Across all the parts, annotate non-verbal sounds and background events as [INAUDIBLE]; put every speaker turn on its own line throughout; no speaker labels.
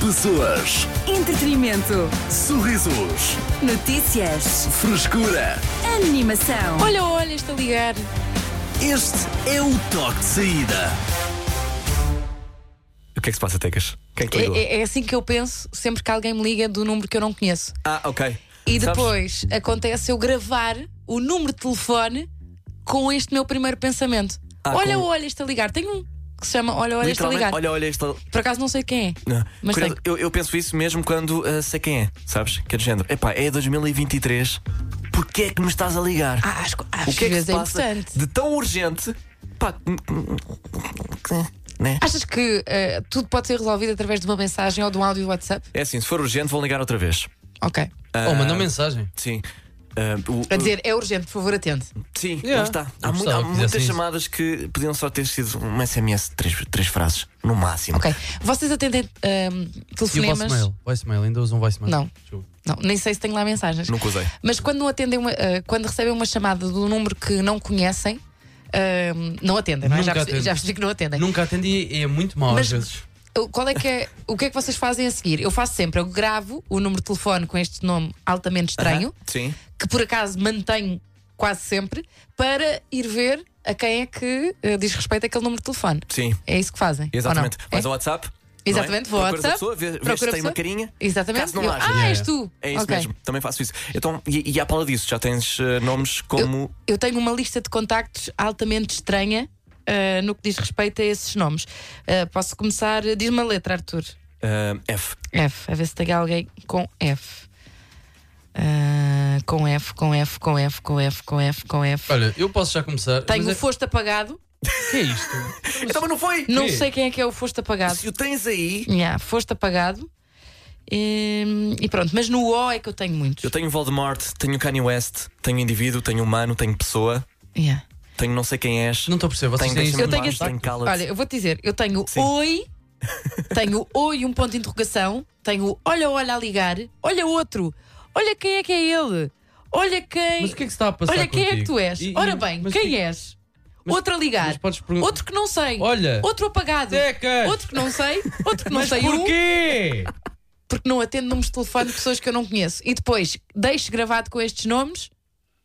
Pessoas,
Entretenimento.
sorrisos,
Notícias.
frescura.
Animação.
Olha, olha, está a ligar.
Este é o toque de saída.
O que é que se passa, Tecas? O que é que te
É,
ligou?
é- é assim que eu penso sempre que alguém me liga do número que eu não conheço.
Ah, ok.
E
Sabes-
depois acontece eu gravar o número de telefone com este meu primeiro pensamento.
Ah,
olha,
com-
olha, está a ligar. Tem um que se chama Olha, olha, está a
Literalmente,
ligar.
Olha, olha, este.
Por acaso não sei quem é.
Não.
Mas
Curioso, eu, eu penso isso mesmo quando ah, sei quem é, sabes? Que é do género. Epá, é 2023, porquê é que me estás a ligar?
Ah, acho que
o
às
que é que
vezes
se
é
passa
importante.
de tão urgente? Pá, hum, hum, hum, né?
Achas que eh, tudo pode ser resolvido através de uma mensagem ou de um áudio do WhatsApp?
É assim, se for urgente, vão ligar outra vez.
Ok.
Ou mandou mensagem.
Sim. Ah, o-
A dizer, é urgente, por favor, atende.
Sim,
Yeah.
lá está. Há,
Eu
mu- há
gostava que
muitas
fizessem isso.
chamadas que podiam só ter sido um SMS de três, três frases, no máximo.
Ok. Vocês atendem ehm,
E o
telefonemas?
voicemail? Voicemail, ainda usam voicemail?
Não.
Desculpa.
Não, nem sei se tenho lá mensagens.
Nunca usei.
Mas quando não atendem uma, ah, quando recebem uma chamada do número que não conhecem, ah, não atendem, não é? Já
Nunca
percebi,
atendo.
já percebi que não atendem.
Nunca atendi e é muito mau
Mas-
às vezes.
O- Qual é que é, o que é que vocês fazem a seguir? Eu faço sempre, eu gravo o número de telefone com este nome altamente estranho,
Aham, Sim.
que por acaso mantenho quase sempre, para ir ver a quem é que ah, diz respeito aquele número de telefone.
Sim.
É isso que fazem. ou não?
Exatamente. Vais
É?
ao WhatsApp. não é?
Exatamente, vou ao
Procuras a
WhatsApp,
pessoa, vês, vês
procuro
se
a
tem uma
pessoa.
carinha.
Exatamente.
Caso não
Eu-
haja.
ah,
Yeah,
és
yeah.
tu.
É isso
Ok.
mesmo, também faço isso. Então, e, e à pala disso, já tens eh, nomes como.
Eu tenho uma lista de contactos altamente estranha ah, no que diz respeito a esses nomes. Ah, posso começar? Diz-me a letra, Arthur.
eh, F.
F, a ver se tem alguém com F. Ah, com F, com F, com F, com F, com F, com F.
Olha, eu posso já começar.
Tenho o
mas é-
fosto apagado.
O que é isto?
Então, mas não foi!
Não
Quê?
sei quem é que é o fosto apagado.
Se o tens aí.
Yeah, fosto apagado. Hum, E, pronto, mas no O é que eu tenho muitos.
Eu tenho Voldemort, tenho Kanye West, tenho indivíduo, tenho humano, tenho pessoa,
Yeah.
tenho não sei quem és.
Não estou a perceber. Vocês
Tenho
têm isso
deixa-me
Eu
muito
tenho
mais,
este-
tenho cala
Olha, eu vou te dizer, eu tenho
Sim.
oi, tenho oi, um ponto de interrogação, tenho olha, olha a ligar, olha outro, olha quem é que é ele, olha quem.
Mas o que é que se está a passar
olha quem é que
contigo?
tu és.
E- e-
Ora bem,
mas
quem
que-
és?
mas-
outro a ligar,
mas podes perguntar-
outro que não sei,
Olha.
outro apagado,
Tecas!
outro que não sei, outro que não
Mas
sei um,
porquê?
porque não atendo números de telefone de pessoas que eu não conheço. E depois deixo gravado com estes nomes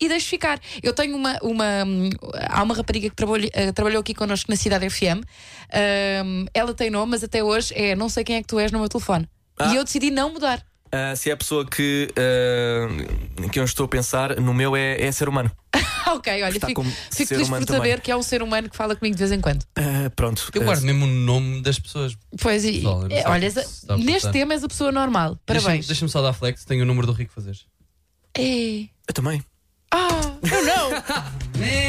e deixo ficar. Eu tenho uma. uma hum, há uma rapariga que trabalha- eh, trabalhou aqui connosco na Cidade FM. Hum, ela tem nome, mas até hoje é não sei quem é que tu és no meu telefone.
Ah.
E eu decidi não mudar. [LAUGHS]
Ah, se é a pessoa que, ah, que eu estou a pensar, no meu é, é ser humano.
Ah, ok, olha,
Está
fico,
como
fico
ser
feliz por
humano
saber
também.
que é um ser humano que fala comigo de vez em quando.
Ah, pronto.
Eu
Ah,
guardo mesmo o nome das pessoas.
Pois, e,
Pessoal, eu não
eh,
sei
olha,
o que
és a-
se está a
neste
passar.
tema és a pessoa normal. Parabéns.
Deixa-me deixa-me só dar flex, tenho o número do Rico Fazeres.
Ei.
eu também.
É. Ah, eu não!
[LAUGHS]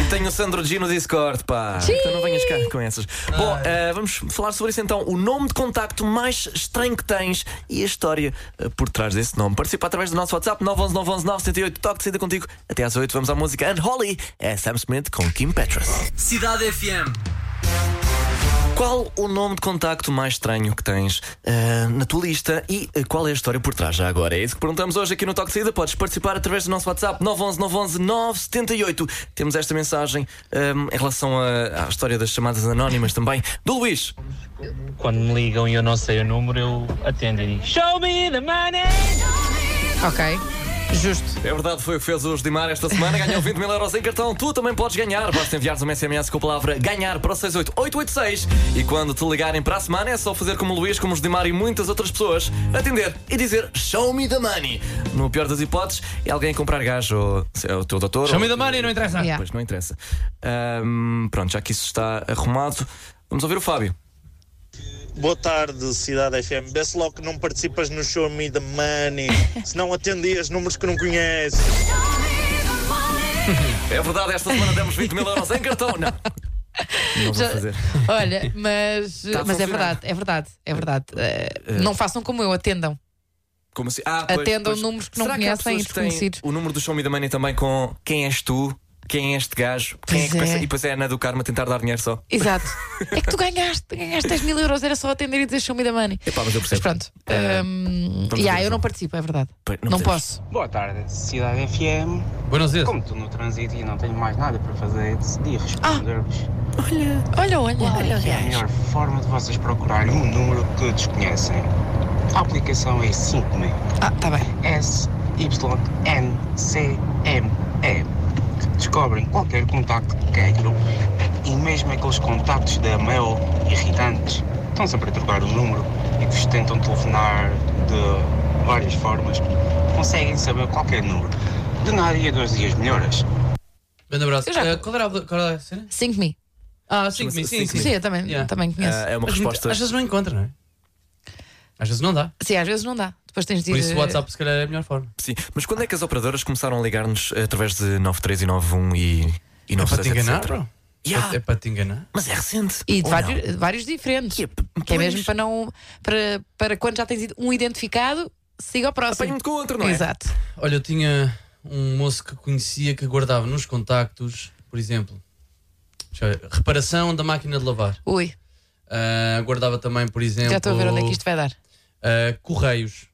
E tenho o Sandro G no Discord, pá. Então não venhas cá com essas. Bom, ah, vamos falar sobre isso então. O nome de contacto mais estranho que tens e a história ah, por trás desse nome. Participa através do nosso WhatsApp 911-911-978. Toque de saída contigo. Até às 8 vamos à música Unholy. É Sam Smith com Kim Petras.
Cidade FM.
Qual o nome de contacto mais estranho que tens ah, na tua lista e ah, qual é a história por trás já agora? É isso que perguntamos hoje aqui no Toque de Saída. Podes participar através do nosso WhatsApp 911 911 978. Temos esta mensagem ahm, em relação a- à história das chamadas anónimas também do Luís.
Quando me ligam e eu não sei o número, eu atendo e digo: Show me the money!
ok, justo.
É verdade, foi o que fez o Dimar esta semana. Ganhou 20 mil euros em cartão. Tu também podes ganhar. Basta enviares um SMS com a palavra ganhar para o 68886. E quando te ligarem para a semana, é só fazer como o Luís, como o Dimar e muitas outras pessoas. Atender e dizer show me the money. No pior das hipóteses, é alguém comprar gás ou se é o teu doutor.
Chama-me
ou-
da Mari, não interessa.
Yeah.
Pois não interessa. Ahm, pronto, já que isso está arrumado, vamos ouvir o Fábio.
Boa tarde, Cidade FM. Vê-se logo que não participas no Show Me the
[LAUGHS]
Money, se não atendias números que não conheces.
É verdade, esta semana demos 20 mil euros em cartão. Não. Não vou
Já-
fazer.
Olha, mas,
Tá a
mas é
funcionar.
verdade, é verdade, é verdade. Eh,
eh.
não façam como eu, atendam.
Como assim? Ah, pois,
Atendam
pois.
números que não
Será há
conhecem e
pessoas que têm
desconhecidos?
O número do Show Me the Money também com quem és tu? quem é este gajo? Quem é
Pois
que pensa?
é.
E depois é a Ana do Carmo a tentar dar dinheiro só.
Exato. É que tu ganhaste, ganhaste 10 mil euros, era só atender e dizer show me the money.
Epá, mas eu
Mas
percebo.
pronto.
Eh,
hum,
vamos
yeah,
ver.
eu não participo, é verdade.
Pois, não
Não,
podemos.
posso.
Boa tarde, Cidade FM.
Buenos Aires.
Como estou no trânsito e não tenho mais nada para fazer, decidi responder-vos
Olha, olha, olha,
qual é que é a
olha.
melhor forma de vocês procurarem um número que desconhecem. A aplicação é 5000
Ah, tá bem.
S Y N C M E. Descobrem qualquer contacto que queiram e mesmo aqueles contactos da Mel irritantes estão sempre a trocar o número e vos tentam telefonar de várias formas. Conseguem saber qualquer número. De nada e a dois dias melhoras.
Grande abraço.
Eu já-
Eh, qual, era a, qual era a cena?
5 mil.
Ah, 5 mil. Sim,
Chama-se
sim.
Sim, eu também,
Yeah.
também conheço.
Eh, é uma
Mas muito-
resposta.
Às vezes não encontra, não é? Às vezes não dá.
Sim, às vezes não dá. Depois tens de ir.
Por isso o WhatsApp se calhar é a melhor forma.
Sim, mas quando é que as operadoras começaram a ligar-nos eh, através de 93 e 91 e, e
É
96,
para te enganar,
etc.?
bro?
Yeah,
É para te enganar?
Mas é recente.
eh, E de
Ou não?
vários, vários diferentes.
Que é,
Que é
pois,
mesmo para não. Para, para quando já tens ido um identificado, siga ao próximo.
Apanho-me com outro, não é?
Exato.
Olha, eu tinha um moço que conhecia que guardava nos contactos, por exemplo, deixa eu ver, reparação da máquina de lavar.
Ui,
Ah, guardava também, por exemplo,
já estou a ver onde é que isto vai dar.
ah, correios.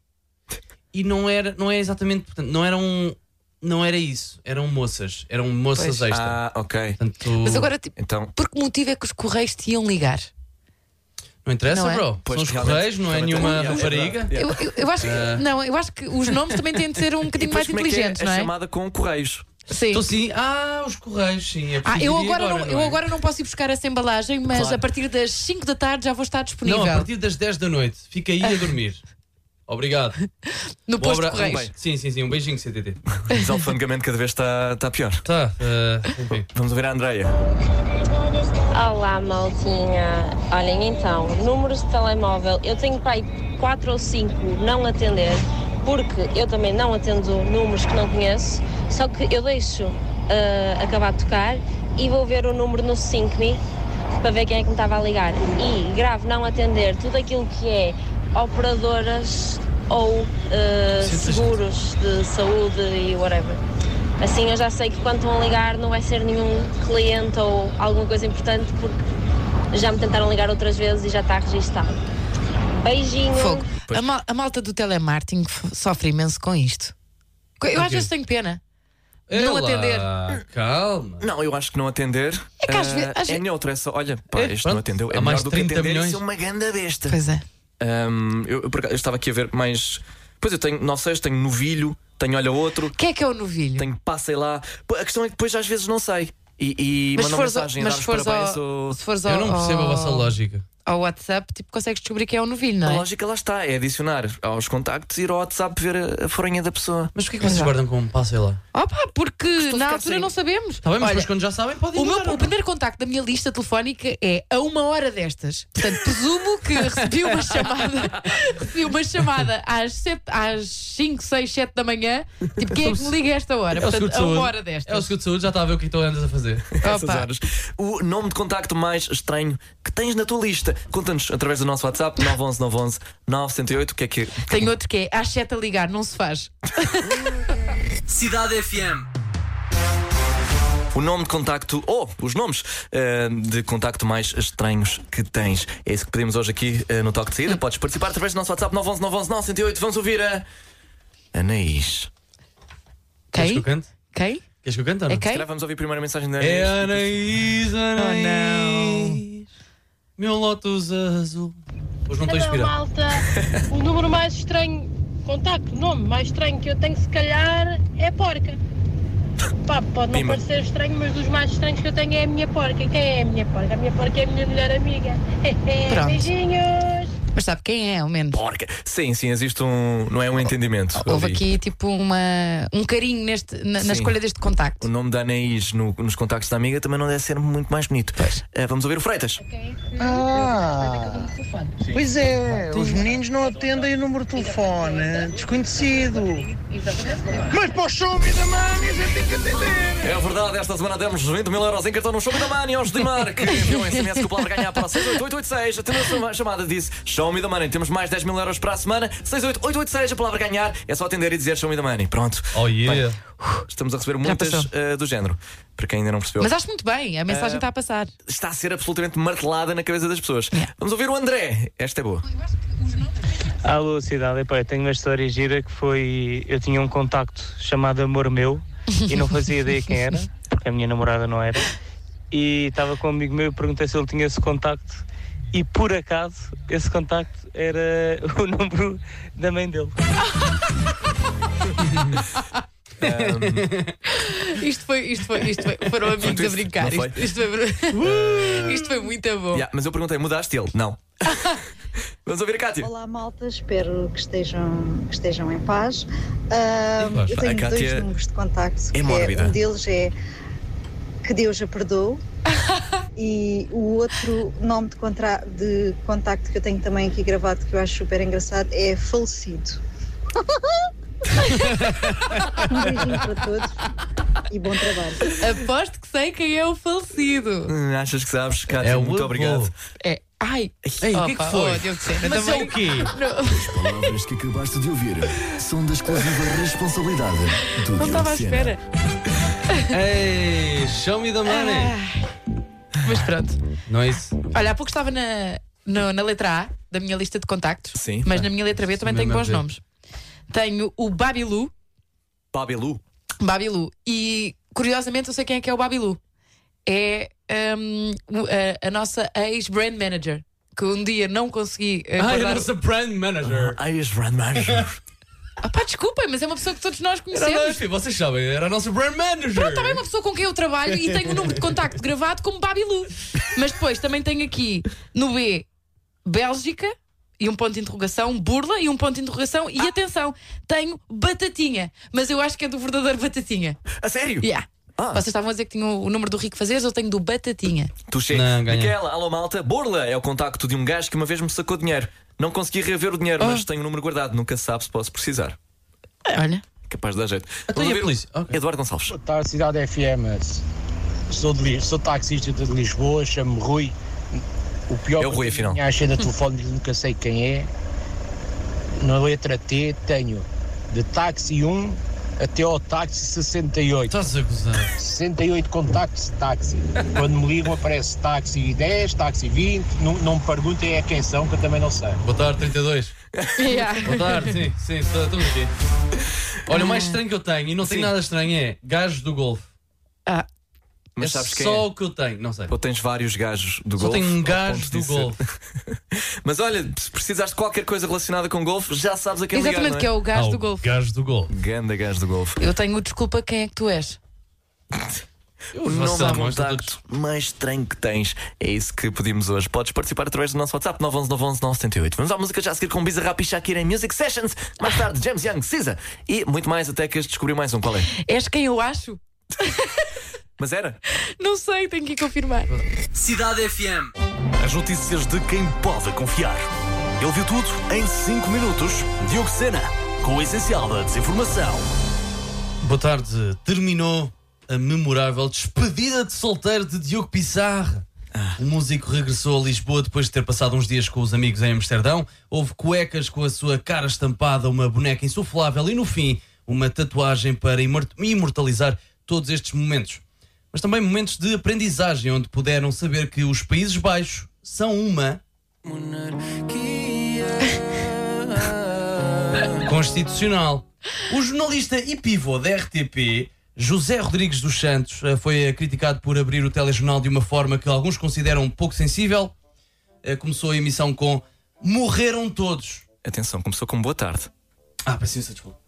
E não era, não é exatamente, portanto, não era um, não era isso. Eram moças, eram moças
Pois.
extra.
Ah, ok.
Portanto,
Mas agora, tipo,
Então,
por que motivo é que os correios te iam ligar?
não interessa,
não é?
bro.
Pois,
São os
realmente,
correios, não é
realmente
nenhuma
é- é
rapariga.
verdade.
Eu, um eu- eu acho
Ah.
que, não, eu acho que os nomes também têm de ser
[LAUGHS]
um
e
bocadinho
depois
mais
como é que é
inteligentes,
a
não é?
chamada com correios? [LAUGHS]
Sim.
Estou sim, ah, os correios, sim. É
Ah,
preciso
eu
ir
agora, não, eu
é?
agora não posso ir buscar essa embalagem, mas
Claro.
a partir das 5 da tarde já vou estar disponível
Não, a partir das 10 da noite. Fica aí a [LAUGHS] dormir. Obrigado.
no
Bom
posto de
abra- um
correios.
beijo. Sim, sim, sim. Um beijinho, CTT.
Desalfandegamento cada vez está está pior.
Tá, eh, [LAUGHS] enfim.
Vamos ouvir a Andreia.
Olá, maltinha. Olhem então, números de telemóvel. Eu tenho pai 4 ou 5 não atender, porque eu também não atendo números que não conheço, só que eu deixo eh, acabar de tocar e vou ver o número no SyncMe para ver quem é que me estava a ligar. E grave não atender tudo aquilo que é operadoras ou eh,
Sim, sim, sim.
seguros de saúde e whatever. Assim eu já sei que quando vão ligar não vai ser nenhum cliente ou alguma coisa importante porque já me tentaram ligar outras vezes e já está registado. Beijinho!
Fogo. A, mal- a malta do telemarketing f- sofre imenso com isto. Co- Eu às
Ok.
vezes tenho pena. Não
Ela, Calma.
Não, eu acho que não atender
É que às
ah,
vezes- às
é
vezes-
neutro. É só, olha, pá,
É,
este
pronto.
não atendeu. É
Há
melhor
mais
do que
30
atender e
milhões.
ser uma ganda besta.
Pois é.
Ahm, eu, eu por acaso- eu estava aqui a ver, mas. Pois eu tenho, não sei, tenho novilho, tenho olha outro,
Quem é que é o novilho?
tenho passei lá. Pô, A questão é que depois às vezes não sei. E, e
Mas se
mandam
fores, ao,
mensagem a
mas
dar
se
os
fores,
parabéns
ao,
ao-
se fores ao,
Eu não percebo a vossa
ao-
lógica.
ao WhatsApp, tipo, consegues descobrir quem é o novilho, não
A
é?
lógica lá está, é adicionar aos contactos, ir ao WhatsApp ver a, a forenha da pessoa.
Mas porquê que vocês
Exato.
guardam como pá, sei lá?
Opa, porque
a
na
ficar
altura
sem-
não sabemos.
Está Tá bem, mas
Olha,
depois quando já sabem podem
o, meu,
ligar,
o
ou não?
primeiro contacto da minha lista telefónica é a uma hora destas. Portanto, presumo
[LAUGHS]
que recebi uma chamada, recebi uma chamada às, sete, às 5, 6, 7 da manhã. Tipo, quem é que me liga a esta hora?
É o seguro
Portanto,
de
a
saúde.
uma hora
É o
destas.
seguro de saúde, já está a ver o que é que tu andas a fazer.
Essas
Opa.
horas. O nome de contacto mais estranho que tens na tua lista. Conta-nos através do nosso WhatsApp 911 911 908 o que é que.
Tem outro que é às 7 a ligar, não se faz.
Cidade FM.
O nome de contacto, ou os nomes eh, de contacto mais estranhos que tens. É isso que pedimos hoje aqui eh, no Toque de Saída. Podes participar através do nosso WhatsApp 911 911 908. Vamos ouvir a Anaís.
Queres que
Quem?
eu cante?
Quem?
Queres que eu cante
É
ou não?
Se
quem?
calhar vamos ouvir primeiro a mensagem da Anaís.
É Anaís, Anaís. Meu Lotus azul. Hoje não estou
Olá,
inspirado.
malta. O número mais estranho, contacto, nome mais estranho que eu tenho, se calhar, é porca. Pá, pode não
Pima.
parecer estranho, mas dos mais estranhos que eu tenho é a minha porca. E Quem é a minha porca? A minha porca é a minha melhor amiga. [LAUGHS]
Pronto.
Beijinhos!
Mas sabe quem é, ao menos?
Porca. Sim, sim, existe um. Não é um entendimento.
Houve
ali.
aqui tipo uma, um carinho neste, na, na
Sim.
escolha deste
O
contacto.
nome da Anaís no- nos contactos da amiga também não deve ser muito mais bonito. Eh, vamos ouvir o Freitas.
Ah, pois é, os meninos não atendem o número de telefone desconhecido. Mas para o show, vida mãe, a gente tem que atender.
É verdade, esta semana demos 20 mil euros em cartão no show da Money aos de Mar, que enviou um SMS que o palavra ganhar para 68886. Atendeu a sua chamada, disse Show Me the Money. Temos mais 10 mil euros para a semana. 68886, a palavra ganhar. É só atender e dizer Show Me the Money. Pronto.
Oh yeah.
Estamos a receber muitas
passou.
eh, do género. para quem ainda não
Um
percebeu.
Mas acho muito bem, a mensagem
É.
Eh,
está a passar.
Está a ser absolutamente martelada na cabeça das pessoas. Vamos ouvir o André. Esta é boa.
Alô, cidade. Epá, eu tenho uma história gira que foi. Eu tinha um contacto chamado Amor Meu e não fazia ideia quem era, porque a minha namorada não era. E estava com um amigo meu e perguntei se ele tinha esse contacto. E por acaso, esse contacto
[LAUGHS]
era o número da mãe dele.
Isto foi, isto foi, isto foi. Foram
Foi um
amigos
twist,
a brincar.
não
Isto,
foi? Uh!
isto foi, [LAUGHS] isto foi muito bom.
Yeah, mas eu perguntei, mudaste ele? Não. [LAUGHS] Vamos ouvir a Cátia.
Olá, malta, espero que estejam, que estejam em paz. Ah,
Em paz.
eu
A
tenho
Cátia
dois números de contacto.
é
que
mórbida.
um deles é Que Deus
[LAUGHS]
a perdoe. e o outro nome de, contra- de contacto que eu tenho também aqui gravado, que eu acho super engraçado, é Falecido.
[LAUGHS]
um beijinho para todos e bom trabalho.
Aposto que sei quem é o falecido.
Hum, Achas que sabes,
É
Cátia? muito obrigado.
É. Ai,
Ei, o
opa,
que é que foi?
oh, Diogo Sena,
Mas
também-
é o quê?
Não,
Palavras que acabaste de ouvir são da exclusiva responsabilidade do
não
Diogo
estava à
Sena.
espera.
Ei, show me the money.
É. Mas pronto.
Não é isso?
Olha, há pouco estava na, no- na letra A da minha lista de contactos.
Sim.
Mas na minha letra B também tenho
mesmo a
bons
ver.
nomes. Tenho o Babilu.
Babilu.
Babilu. E curiosamente eu sei quem é que é o Babilu. É hum, o- a, a nossa ex-brand manager. Que um dia não consegui. eh,
Ai, a
guardar-
nossa brand manager.
Ai, as brand manager.
Ah, pá, desculpem, mas é uma pessoa que todos nós
Era
conhecemos.
nós, filho, vocês sabem, era a nossa brand manager.
Pronto, também é uma pessoa com quem eu trabalho e tenho o número de contacto gravado como Babilu. Mas depois também tenho aqui no B Bélgica e um ponto de interrogação, burla e um ponto de interrogação e atenção, tenho batatinha, mas eu acho que é do verdadeiro batatinha.
A sério?
Yeah.
Ah.
Vocês estavam a dizer que tinham o número do Rico Fazeres, eu tenho do Batatinha.
Tu chega. Micaela, alô malta. Borla é o contacto de um gajo que uma vez me sacou dinheiro. Não consegui reaver o
Ah.
dinheiro, mas tenho o número guardado. Nunca se sabe se posso precisar.
Olha.
Capaz de dar jeito.
Então,
e
Vamos
a
ouvir
polícia?
Eduardo Gonçalves.
Boa tarde, Tá, Cidade FM. Sou, de, Li- sou taxista de Lisboa, chamo-me Rui. O pior
É o Rui,
que
afinal.
Minha agenda de telefone [LAUGHS] nunca sei quem é. Na letra T tenho de táxi 1 até ao táxi 68.
Estás a gozar.
68 contactos de táxi. Quando me ligam aparece táxi 10, táxi 20. Não, não me perguntem é quem são, que eu também não sei.
Boa tarde, 32.
[LAUGHS]
Yeah.
Boa tarde, sim, sim, está- estamos aqui. Olha, o mais estranho que eu tenho, e não tenho nada estranho, é gajos do golfe.
Ah.
Mas
é
sabes quem
só
é?
o que eu tenho, não sei.
Ou tens vários gajos do
Só
golfe?
tenho um
ao
gajo
ponto
do
de ser-
golfe.
[LAUGHS] Mas olha, se precisares de qualquer coisa relacionada com golfe, já sabes a quem ligar,
Exatamente,
não
que é o gajo Ah, o do golfe.
Gajo do golfe.
Ganda gajo do golfe.
Eu tenho o desculpa quem é que tu és.
O nome
é um
de contacto mais estranho que tens é isso que pedimos hoje. Podes participar através do nosso WhatsApp 911 911 978. Vamos à música já a seguir com Biza Rap e Shakira em Music Sessions. Mais tarde, James Young, Cisa e muito mais até que este descobriu mais um. Qual é?
És quem eu acho?
Mas era?
Não sei, tenho que ir confirmar.
Cidade FM. As notícias de quem pode confiar. Ele viu tudo em 5 minutos. Diogo Sena, com o essencial da desinformação.
Boa tarde. Terminou a memorável despedida de solteiro de Diogo Pissarra. O músico regressou a Lisboa depois de ter passado uns dias com os amigos em Amsterdão. Houve cuecas com a sua cara estampada, uma boneca insuflável e, no fim, uma tatuagem para imor- imortalizar todos estes momentos. Mas também momentos de aprendizagem, onde puderam saber que os Países Baixos são uma Constitucional. O jornalista e pivô da RTP, José Rodrigues dos Santos, eh, foi eh, criticado por abrir o telejornal de uma forma que alguns consideram pouco sensível. Eh, Começou a emissão com Morreram todos.
Atenção, começou com boa tarde.
Ah, paciência, desculpa.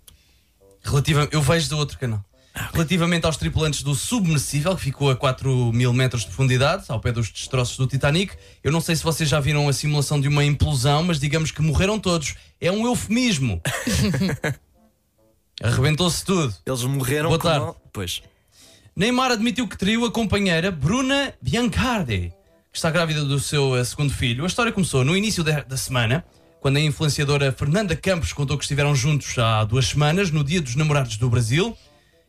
Relativa, eu vejo do outro canal. Relativamente aos tripulantes do submersível, que ficou a 4 mil metros de profundidade, ao pé dos destroços do Titanic, eu não sei se vocês já viram a simulação de uma implosão, mas digamos que morreram todos. É um eufemismo. Arrebentou-se tudo.
Eles morreram
Boa
com
tarde.
mal- Pois.
Neymar admitiu que traiu a companheira Bruna Biancardi, que está grávida do seu eh, segundo filho. A história começou no início da, da semana, quando a influenciadora Fernanda Campos contou que estiveram juntos há duas semanas, no Dia dos Namorados do Brasil,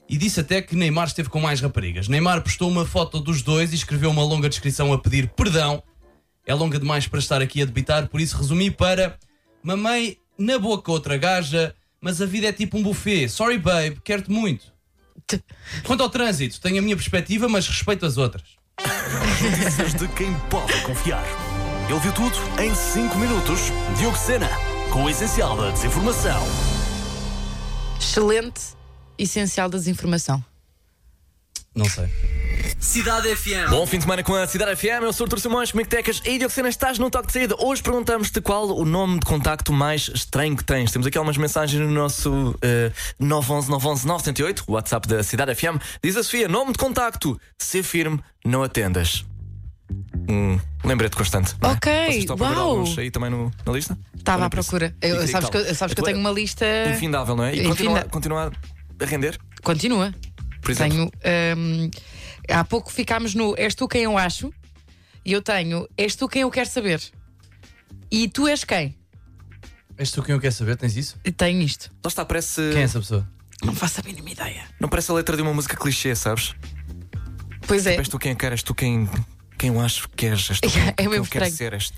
e disse até que Neymar esteve com mais raparigas. Neymar postou uma foto dos dois e escreveu uma longa descrição a pedir perdão. É longa demais para estar aqui a debitar, por isso resumi para Mamei na boca outra gaja, mas a vida é tipo um buffet. Sorry, babe, quero-te muito. Quanto ao trânsito, tenho a minha perspectiva, mas respeito as outras.
Notícias de quem pode confiar. Ele viu tudo em 5 minutos. Diogo Sena, com o essencial da desinformação.
Excelente, essencial da desinformação.
Não sei.
Cidade FM.
Bom fim de semana com a Cidade FM. Eu sou o Artur Simões, comigo Tecas e Diocena. Estás no toque de saída. Hoje perguntamos-te qual o nome de contacto mais estranho que tens. Temos aqui algumas mensagens no nosso uh, 911 911 908, o WhatsApp da Cidade FM. Diz a Sofia: nome de contacto. Se firme, não atendas. Hum, lembrete constante. não é?
Ok,
Vocês estão a procurar
uau.
alguns aí também no- na lista?
Estava à procura. Eu-
E- então, e
sabes que,
tal?
eu- sabes que
A
eu
tua-
tenho uma lista.
Infindável, não é? E continua,
Infinda-
continua a render?
Continua.
Por exemplo.
Tenho. hum, há pouco ficámos no És tu quem eu acho. E eu tenho És tu quem eu quero saber. E tu és quem?
És tu quem eu quero saber? Tens isso?
Tenho isto.
Lá está, parece.
Quem é essa pessoa?
Não faço a mínima ideia.
Não parece a letra de uma música clichê, sabes?
Pois é.
És tu quem queres, tu quem, quem eu acho que és, és tu quem,
É
quem eu
mesmo
quero
estranho.
ser, és tu.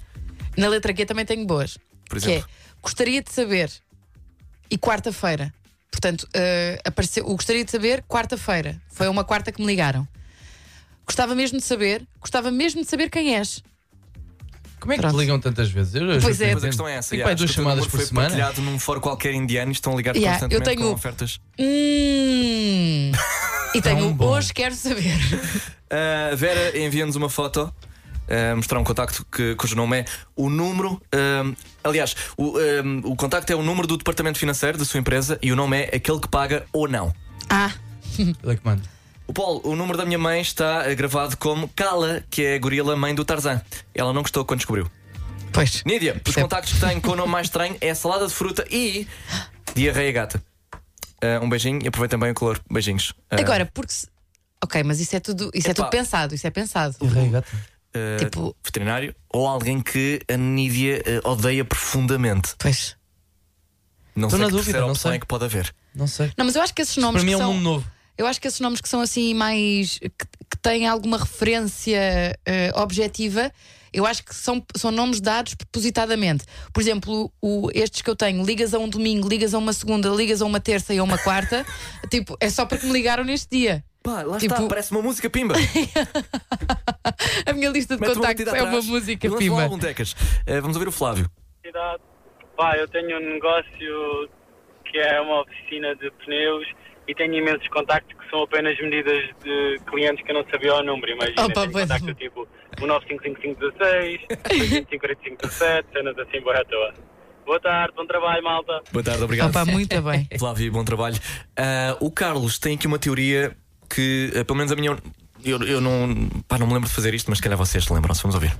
Na letra Q também tenho boas.
Por
que é
exemplo.
Gostaria de saber. E quarta-feira. Portanto, eh, apareceu o Gostaria de saber, quarta-feira. Foi uma quarta que me ligaram. Gostava mesmo de saber, gostava mesmo de saber quem és.
Como é que
Pronto.
te ligam tantas vezes? Eu, eu
Pois
juro
é.
que
Mas a questão é essa.
Tipo,
yeah,
aí
acho
duas
que o teu
chamadas
número
por
foi
semana.
partilhado num fórum qualquer indiano e estão a ligar
Yeah,
constantemente
eu tenho-
com ofertas.
Hum. E tenho
bom.
hoje quero saber.
Ah, A Vera envia-nos uma foto. a mostrar um contacto que, cujo nome é o número. ahm, aliás, o, ahm, o contacto é o número do departamento financeiro da sua empresa e o nome é aquele que paga ou não.
Ah.
Ele é que manda.
O Paulo, o número da minha mãe está eh, gravado como Kala, que é a gorila mãe do Tarzan. Ela não gostou quando descobriu.
Pois.
Nídia, os contactos que tenho com o nome mais estranho é salada de fruta e diarreia gata. Ah, um beijinho e aproveitem bem o calor. Beijinhos. Ah,
Agora, porque se... Ok, mas isso é tudo, isso é
Epá.
tudo pensado, isso é pensado.
ah,
tipo-
veterinário ou alguém que a Nídia ah, odeia profundamente.
Pois.
Não
Estou
sei
na
que
dúvida,
terceira
não
opção
sei.
é que pode haver.
Não sei.
Não, mas eu acho que esses nomes
Para
que
mim é um
são-
nome novo.
Eu acho que esses nomes que são assim mais que, que têm alguma referência eh, objetiva, eu acho que são, são nomes dados propositadamente. Por exemplo, o, estes que eu tenho, ligas a um domingo, ligas a uma segunda, ligas a uma terça e a uma quarta, [LAUGHS] tipo, é só porque me ligaram neste dia.
Pá, lá
Tipo-
está, parece uma música
[LAUGHS]
pimba.
A minha lista de
Mete uma
contactos
batida
é uma
atrás.
música
E lança lá
pima.
algum tecas. Ah, vamos ouvir o Flávio.
cidade. Pá, eu tenho um negócio que é uma oficina de pneus e tenho imensos contactos que são apenas medidas de clientes que eu não sabia o número. Imagina,
Opa,
tenho
pois.
contacto tipo
[LAUGHS]
195516, 254517, cenas assim, boa à toa. Boa tarde, bom trabalho, malta.
Boa tarde, obrigado.
Opa, muito bem.
Flávio, bom trabalho. Ah, o Carlos tem aqui uma teoria que, ah, pelo menos a minha. Eu, eu não. Pá, não me lembro de fazer isto, mas se calhar vocês lembram-se. Vamos ouvir.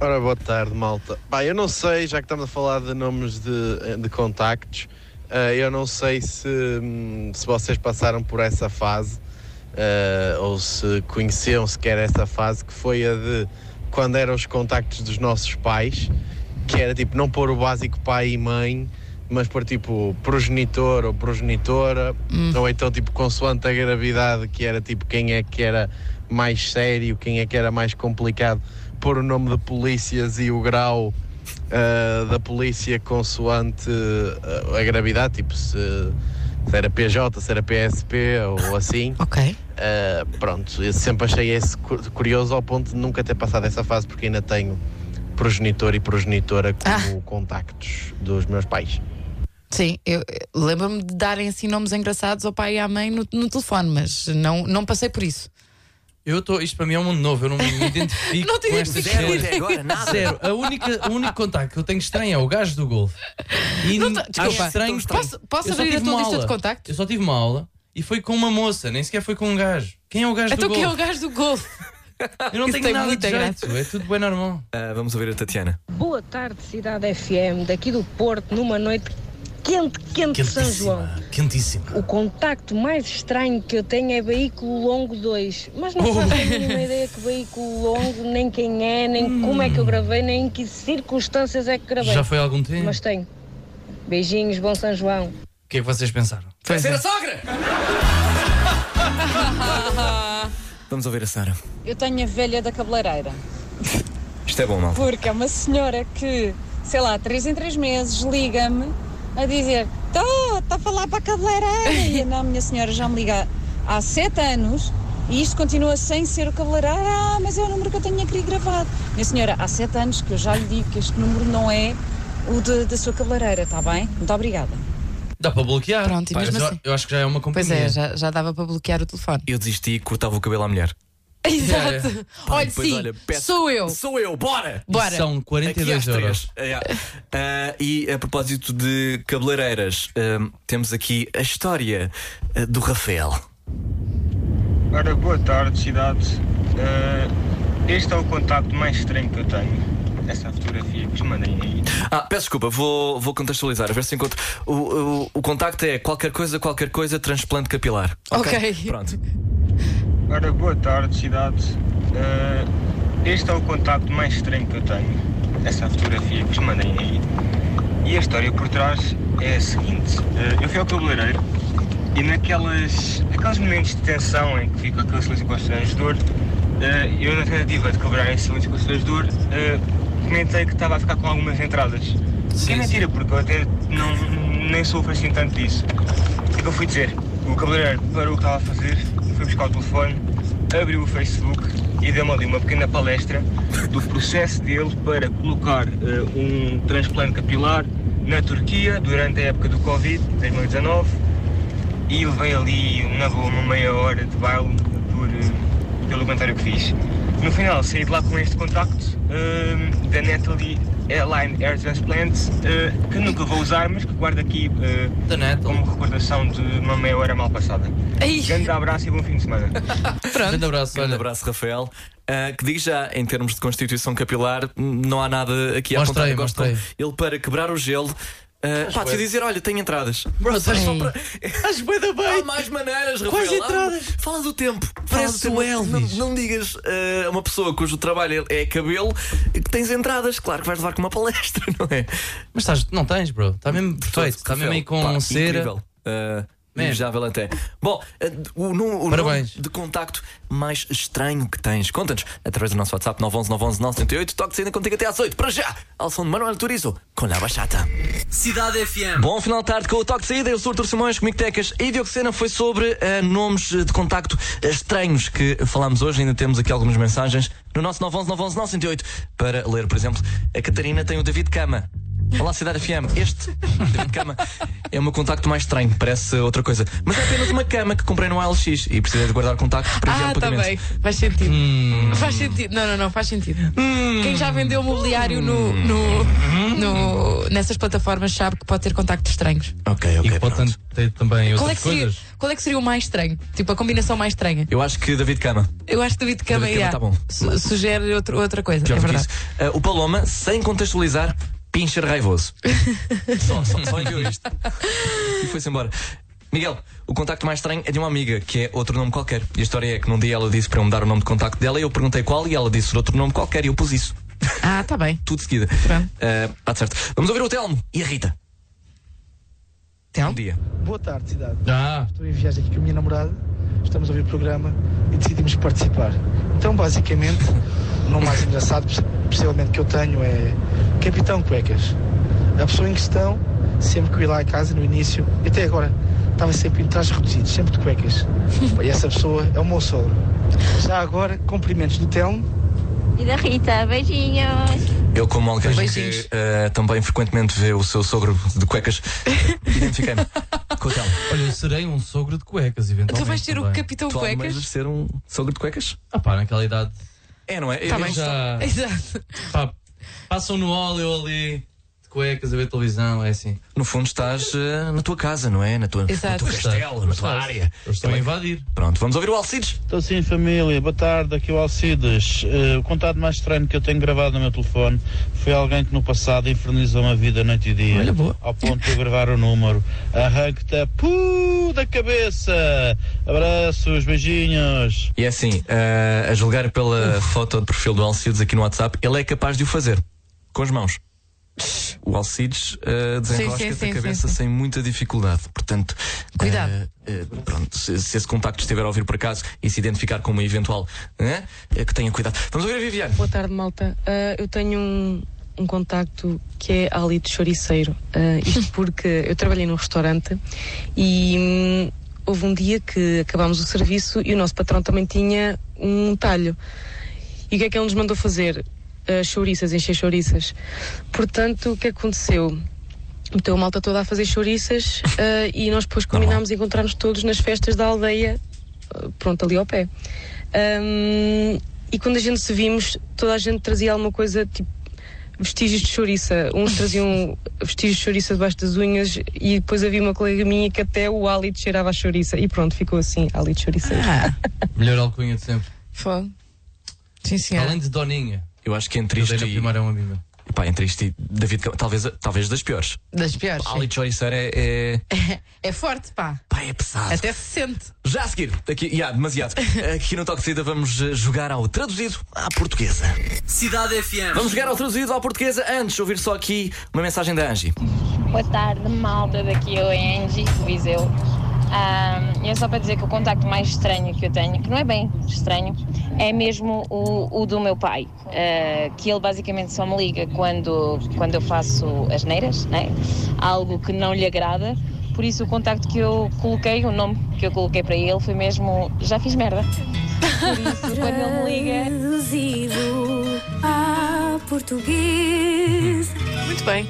Ora, boa tarde, malta. Pá, eu não sei, já que estamos a falar de nomes de, de contactos, eh, eu não sei se, hum, se vocês passaram por essa fase eh, ou se conheciam sequer essa fase, que foi a de quando eram os contactos dos nossos pais, que era tipo não pôr o básico pai e mãe, mas pôr tipo progenitor ou progenitora, ou então tipo consoante a gravidade, que era tipo quem é que era mais sério, quem é que era mais complicado, pôr o nome de polícias e o grau ah, da polícia consoante ah, a gravidade, tipo se, se era PJ, se era PSP ou assim.
[LAUGHS] Ok.
pronto, eu sempre achei esse cu- curioso ao ponto de nunca ter passado essa fase porque ainda tenho progenitor e progenitora como contactos dos meus pais.
Sim, eu eu lembro-me de darem assim nomes engraçados ao pai e à mãe no, no telefone, mas não, não passei por isso.
Eu estou, isto para mim é um mundo novo, eu não me
[LAUGHS]
identifico
Não te
com estas
identificas.
coisas.
Zero até agora, nada.
Zero. A única, o único contacto que eu tenho estranho é o gajo do golfe. E
Não tá-
acho
desculpa,
estranho.
posso- posso
Eu só
abrir a
tive
tua
uma
lista
aula.
de contactos?
Eu só tive uma aula e foi com uma moça, nem sequer foi com um gajo. Quem é o gajo
Então
do
quem é o
golfe?
gajo do golfe?
Eu não
Isso
tenho
tem
nada de
muita graça.
jeito, é tudo bem normal.
Ah, vamos ouvir a Tatiana.
Boa tarde, Cidade FM, daqui do Porto, numa noite quente, quente de São João.
Quentíssimo.
O contacto mais estranho que eu tenho é veículo longo 2, mas
Oh.
não faço a mínima ideia que veículo longo, nem quem é, nem como é que eu gravei, nem em que circunstâncias é que
Tá
gravei.
Hum. Já foi há algum tempo?
Mas tenho. Beijinhos, bom São João.
O que é que vocês pensaram?
Vai ser a sogra! [LAUGHS] Vamos ouvir a Sara.
Eu tenho a velha da cabeleireira,
Isto é bom, mal.
porque é uma senhora que, sei lá, três em três meses tá liga-me a dizer: Estou, está a falar para a cabeleireira. E eu, não, minha senhora já me liga há sete anos e isto continua sem ser o cabeleireiro. Ah, mas é o número que eu tenho aqui gravado. Minha senhora, há sete anos que eu já lhe digo que este número não é o de- da sua cabeleireira, está bem? Muito obrigada.
Dá para bloquear.
Pronto, e
Pá,
mesmo
eu,
assim-
eu acho que já é uma
Pois
companhia.
é, já, já dava para bloquear o telefone.
Eu desisti e cortava o cabelo à mulher.
[LAUGHS] Exato.
É. Pá,
olha,
depois,
sim,
olha, peço-
sou eu.
Oh. Sou eu, bora!
Bora.
São 42
Aqui às
euros.
três. É, é. Ah, e a propósito de cabeleireiras, ahm, temos aqui a história ah, do Rafael.
Ora, boa tarde, cidade. Eh, este é o contacto mais estranho que eu tenho. Essa fotografia que vos mandei aí.
Ah, peço desculpa, vou, vou contextualizar, a ver se encontro. O, o, o contacto é qualquer coisa, qualquer coisa, transplante capilar.
[LAUGHS]
Pronto.
Ora, boa tarde, cidade. Eh, este é o contacto mais estranho que eu tenho. Essa fotografia que vos mandei aí. E a história por trás é a seguinte: Eh, eu fui ao cabeleireiro e naquelas, naqueles momentos de tensão em que fico aquele silêncio constrangedor, eh, eu na tentativa de quebrar esse silêncio constrangedor, eh, comentei que estava a ficar com algumas entradas. que é mentira, porque eu até não, nem sofro assim tanto disso. O que é que eu fui dizer? O cabeleireiro parou o que estava a fazer, foi buscar o telefone, abriu o Facebook e deu-me ali uma pequena palestra do processo dele para colocar eh, um transplante capilar na Turquia durante a época do Covid, 2019, e levei ali na boa uma meia hora de baile por, eh, pelo comentário que fiz. No final saí de lá com este contacto eh, da Natalie Airline Air Transplant, eh, que nunca vou usar, mas que guardo aqui eh, como recordação de uma meia hora mal passada. Grande abraço e bom fim de semana.
Pronto. Grande abraço, Grande abraço Rafael. Ah, que diz já, em termos de constituição capilar, hum, não há nada aqui a
Mostrei,
apontar. Eu gosto como Ele, para quebrar o gelo, ah, pá,
bué.
te dizer: olha, tem
[LAUGHS]
entradas.
Bro,
Estás só para-
As boeda bem.
Há mais maneiras, Rafael.
Quais
Há-
entradas?
Fala do tempo.
Parece
Fala do
o
tempo.
Elvis.
Não, não digas ah, a uma pessoa cujo trabalho é é cabelo que tens entradas. Claro que vais levar com uma palestra, [LAUGHS] não é?
Mas estás, não tens, bro. Está mesmo perfeito. Está tá mesmo aí com
Pá,
cera.
Incrível. Ah,
Man.
Invejável até. Bom, ah, o, nu- o
Parabéns.
número de contacto mais estranho que tens. Conta-nos através do nosso WhatsApp 911 911 978. Toque de saída contigo até às 8. Para já, ao som de Manuel Turizo, com La Bachata.
Cidade FM.
Bom final de tarde com o Toque de Saída. Eu sou o Artur Simões, comigo Tecas e Diocesana foi sobre eh, nomes eh, de contacto eh, estranhos que falámos hoje. Ainda temos aqui algumas mensagens no nosso 911 911 908 para ler, por exemplo. A Catarina tem o David Cama. Olá, Cidade FM. Este, [LAUGHS] David Cama, é o meu contacto mais estranho, parece outra coisa. Mas é apenas uma cama que comprei no ALX e precisei de Hum. guardar contacto para enviar
Ah,
o
tá
pagamento.
bem. Faz sentido. Faz sentido. Não, não, não, faz sentido.
Hum.
Quem já vendeu mobiliário no, no,
Uhum.
no- nessas plataformas sabe que pode ter contactos estranhos.
Ok, ok.
E pode ter também
Qual é,
outras
que seria,
coisas.
qual é que seria o mais estranho? Tipo, a combinação mais estranha.
Eu acho que David Cama.
Eu acho que David Cama
David Cama
yeah,
tá bom.
su- sugere outro- outra coisa.
Pior
é
do que
verdade.
isso. Eh, o Paloma, sem contextualizar, pincher raivoso. só, só, só enviou
[LAUGHS]
isto. E foi-se embora. Miguel, o contacto mais estranho é de uma amiga, que é outro nome qualquer. E a história é que num dia ela disse para eu me dar o nome de contacto dela e eu perguntei qual e ela disse outro nome qualquer e eu pus isso.
Ah, tá bem.
Tudo de seguida.
Pronto.
Eh, tá certo. Vamos ouvir o Telmo e a Rita.
Telmo?
Bom dia.
Boa tarde, cidade.
Ah.
Estou em viagem aqui com a minha namorada, estamos a ouvir o programa e decidimos participar. Então, basicamente, o nome mais engraçado, possivelmente, que eu tenho é Capitão Cuecas. A pessoa em questão, sempre que eu ia lá a casa no início, e até agora, estava sempre em trajes reduzidos, sempre de cuecas. E essa pessoa é o meu sogro. Já agora, cumprimentos do Telmo.
E da Rita, beijinhos.
Eu, como alguém que eh, também frequentemente vê o seu sogro de cuecas, identifiquei-me com o Telmo.
Olha, eu serei um sogro de cuecas, eventualmente.
Tu Então vais
tá
ser o
também.
Capitão
Tu
Cuecas?
almejas
ser um sogro de cuecas?
Ah, pá, naquela idade.
É, não é?
Eu já.
[LAUGHS] Exato.
Pá, passam no óleo ali, de cuecas, a ver televisão, é assim.
No fundo estás eh, na tua casa, não é? Na tua,
Exato.
no teu castelo, na tua área.
Estão a invadir.
Pronto, vamos ouvir o Alcides.
Estou sim, família. Boa tarde, aqui é o Alcides. Eh, o contato mais estranho que eu tenho gravado no meu telefone foi alguém que no passado infernizou-me a vida noite e dia.
Olha, boa.
Ao ponto de eu gravar o número. Arranque-te a pu da cabeça. Abraços, beijinhos.
E é assim, eh, a julgar pela foto de perfil do Alcides aqui no WhatsApp, ele é capaz de o fazer com as mãos. O Alcides eh,
Sim, sim,
desenrosca-se
sim,
a cabeça
sim, sim.
sem muita dificuldade. Portanto,
Cuidado.
eh, eh, pronto, se, se esse contacto estiver a ouvir por acaso e se identificar como um eventual, né, eh, que tenha cuidado. Vamos ouvir a Viviane.
Boa tarde, malta. Ah, eu tenho um, um contacto que é
[LAUGHS]
ali de choriceiro. Ah, isto porque eu trabalhei num restaurante e hum, houve um dia que acabámos o serviço e o nosso patrão também tinha um talho. E o que é que ele nos mandou fazer? As chouriças, encher chouriças. Portanto, o que é que aconteceu? Meteu a malta toda a fazer chouriças ah, e nós depois combinámos encontrar-nos todos nas festas da aldeia, ah, pronto, ali ao pé. Ahm, e quando a gente se vimos, toda a gente trazia alguma coisa tipo vestígios de chouriça. Um Uns traziam vestígios de chouriça debaixo das unhas e depois havia uma colega minha que até o hálito cheirava a chouriça. E pronto, ficou assim, hálito chouriceiro.
Ah.
Melhor alcunha de sempre.
Foi. Sim, senhora.
Além de Doninha.
Eu acho que entre isto e.
Primeiro é um amigo.
Epá, entre isto e David Cam- talvez, talvez das piores.
Das piores. sim.
Ali Choriceiro é, é.
[LAUGHS] É forte, pá.
Pá, é pesado.
Até se sente.
Já a seguir, aqui, yeah, demasiado. Aqui no Toque de Saída vamos eh, jogar ao traduzido à portuguesa.
Cidade FM.
Vamos jogar ao traduzido à portuguesa antes de ouvir só aqui uma mensagem da Angie.
Boa tarde, malta. Daqui é a Angie, do Viseu. Ahm, e é só para dizer que o contacto mais estranho que eu tenho, que não é bem estranho, é mesmo o, o do meu pai, ah, que ele basicamente só me liga quando, quando eu faço as neiras, né? algo que não lhe agrada. Por isso, o contacto que eu coloquei, o nome que eu coloquei para ele foi mesmo Já Fiz Merda. Por isso, quando ele me liga.
Traduzido a português.
Muito bem.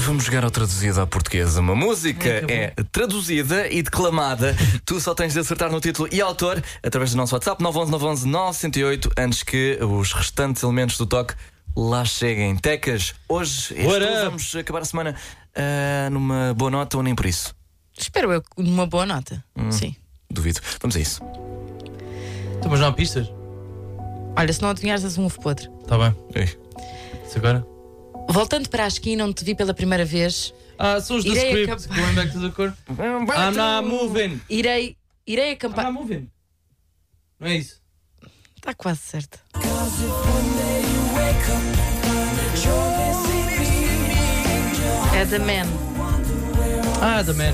Vamos jogar ao traduzido à portuguesa. Uma música é traduzida e [LAUGHS] declamada. Tu só tens de acertar no título e autor através do nosso WhatsApp 911 911 908 antes que os restantes elementos do toque lá cheguem. Tecas, hoje és
What
tu.
up?
vamos acabar a semana ah, numa boa nota ou nem por isso.
Espero eu numa boa nota.
Hum,
Sim.
Duvido. Vamos a isso.
Então, mas não há pistas?
Olha, se não adivinhares, és um ovo podre.
Está bem. Isso agora?
Voltando para a esquina onde te vi pela primeira vez.
Ah, são os The
irei
Script.
acampar-
Going back to the core. I'm not moving.
Irei, irei acampar. I'm
not moving. Não é isso?
Está quase certo. É The Man.
Ah, The Man.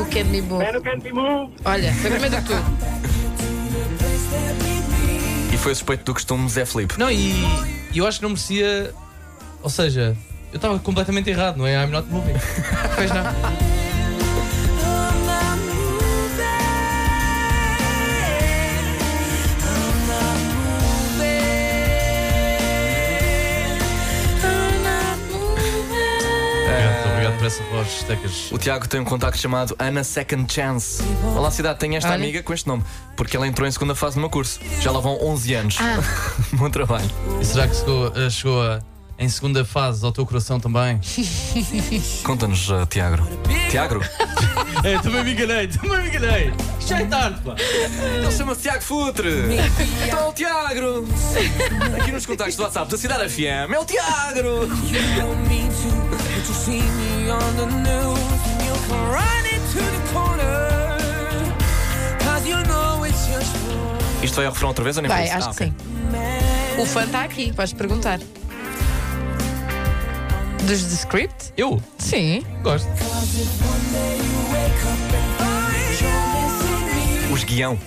O Can't Be Moved. Man
Can't Be Moved.
Olha, foi primeiro que tu.
E foi o suspeito do costume, Zé Felipe.
Não, e e eu acho que não merecia. Ou seja, eu estava completamente errado, não é? I'm not moving. pois não.
Obrigado, obrigado por essa voz, Tecas. O Tiago tem um contacto chamado Ana Second Chance. Olá, cidade, tem esta
Olha.
amiga com este nome, porque ela entrou em segunda fase do meu curso. Já lá vão 11 anos.
Ah.
[LAUGHS] Bom trabalho.
E será que chegou, eh, chegou a- em segunda fase ao teu coração também?
Conta-nos, eh, Tiago. Tiago?
[LAUGHS] é, também me enganei, também me enganei. Já é tarde, pá.
Ele chama-se Tiago Futre. Então, Tiago. Aqui nos contactos do WhatsApp da Cidade FM, é o Tiago. Isto vai ao refrão outra vez ou nem por
Vai,
isso?
acho
Ah,
que
ok.
sim. O fã está aqui, vais perguntar. Dos The Script?
Eu?
Sim.
Gosto.
Os guião.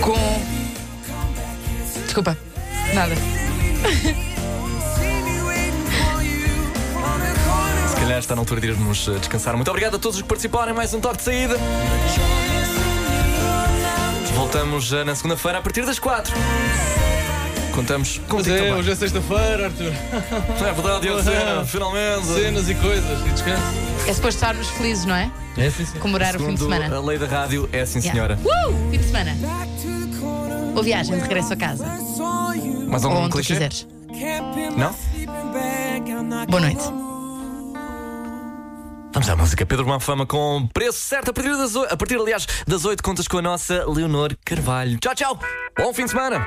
Com. Desculpa, nada.
Se calhar está na altura de irmos eh, descansar. Muito obrigado a todos os que participaram em mais um toque de saída. Voltamos eh, na segunda-feira a partir das quatro. Contamos com
Pois é, hoje é sexta-feira, Arthur. [LAUGHS]
Não é verdade, Diogo Sena? Finalmente.
Cenas e coisas, e descanso.
É suposto estarmos felizes, não é?
É, sim, sim.
Comemorar o fim de
Segundo
semana.
A lei da rádio é sim,
Yeah.
senhora.
Uh! Fim de semana. Ou viagem de regresso a casa.
Mais algum
Ou onde tu
clichê?
quiseres.
Não?
Boa noite.
Vamos à música. Pedro Manfama com preço certo a partir, das, oi- a partir, aliás, das 8 contas com a nossa Leonor Carvalho. Tchau, tchau. Bom fim de semana.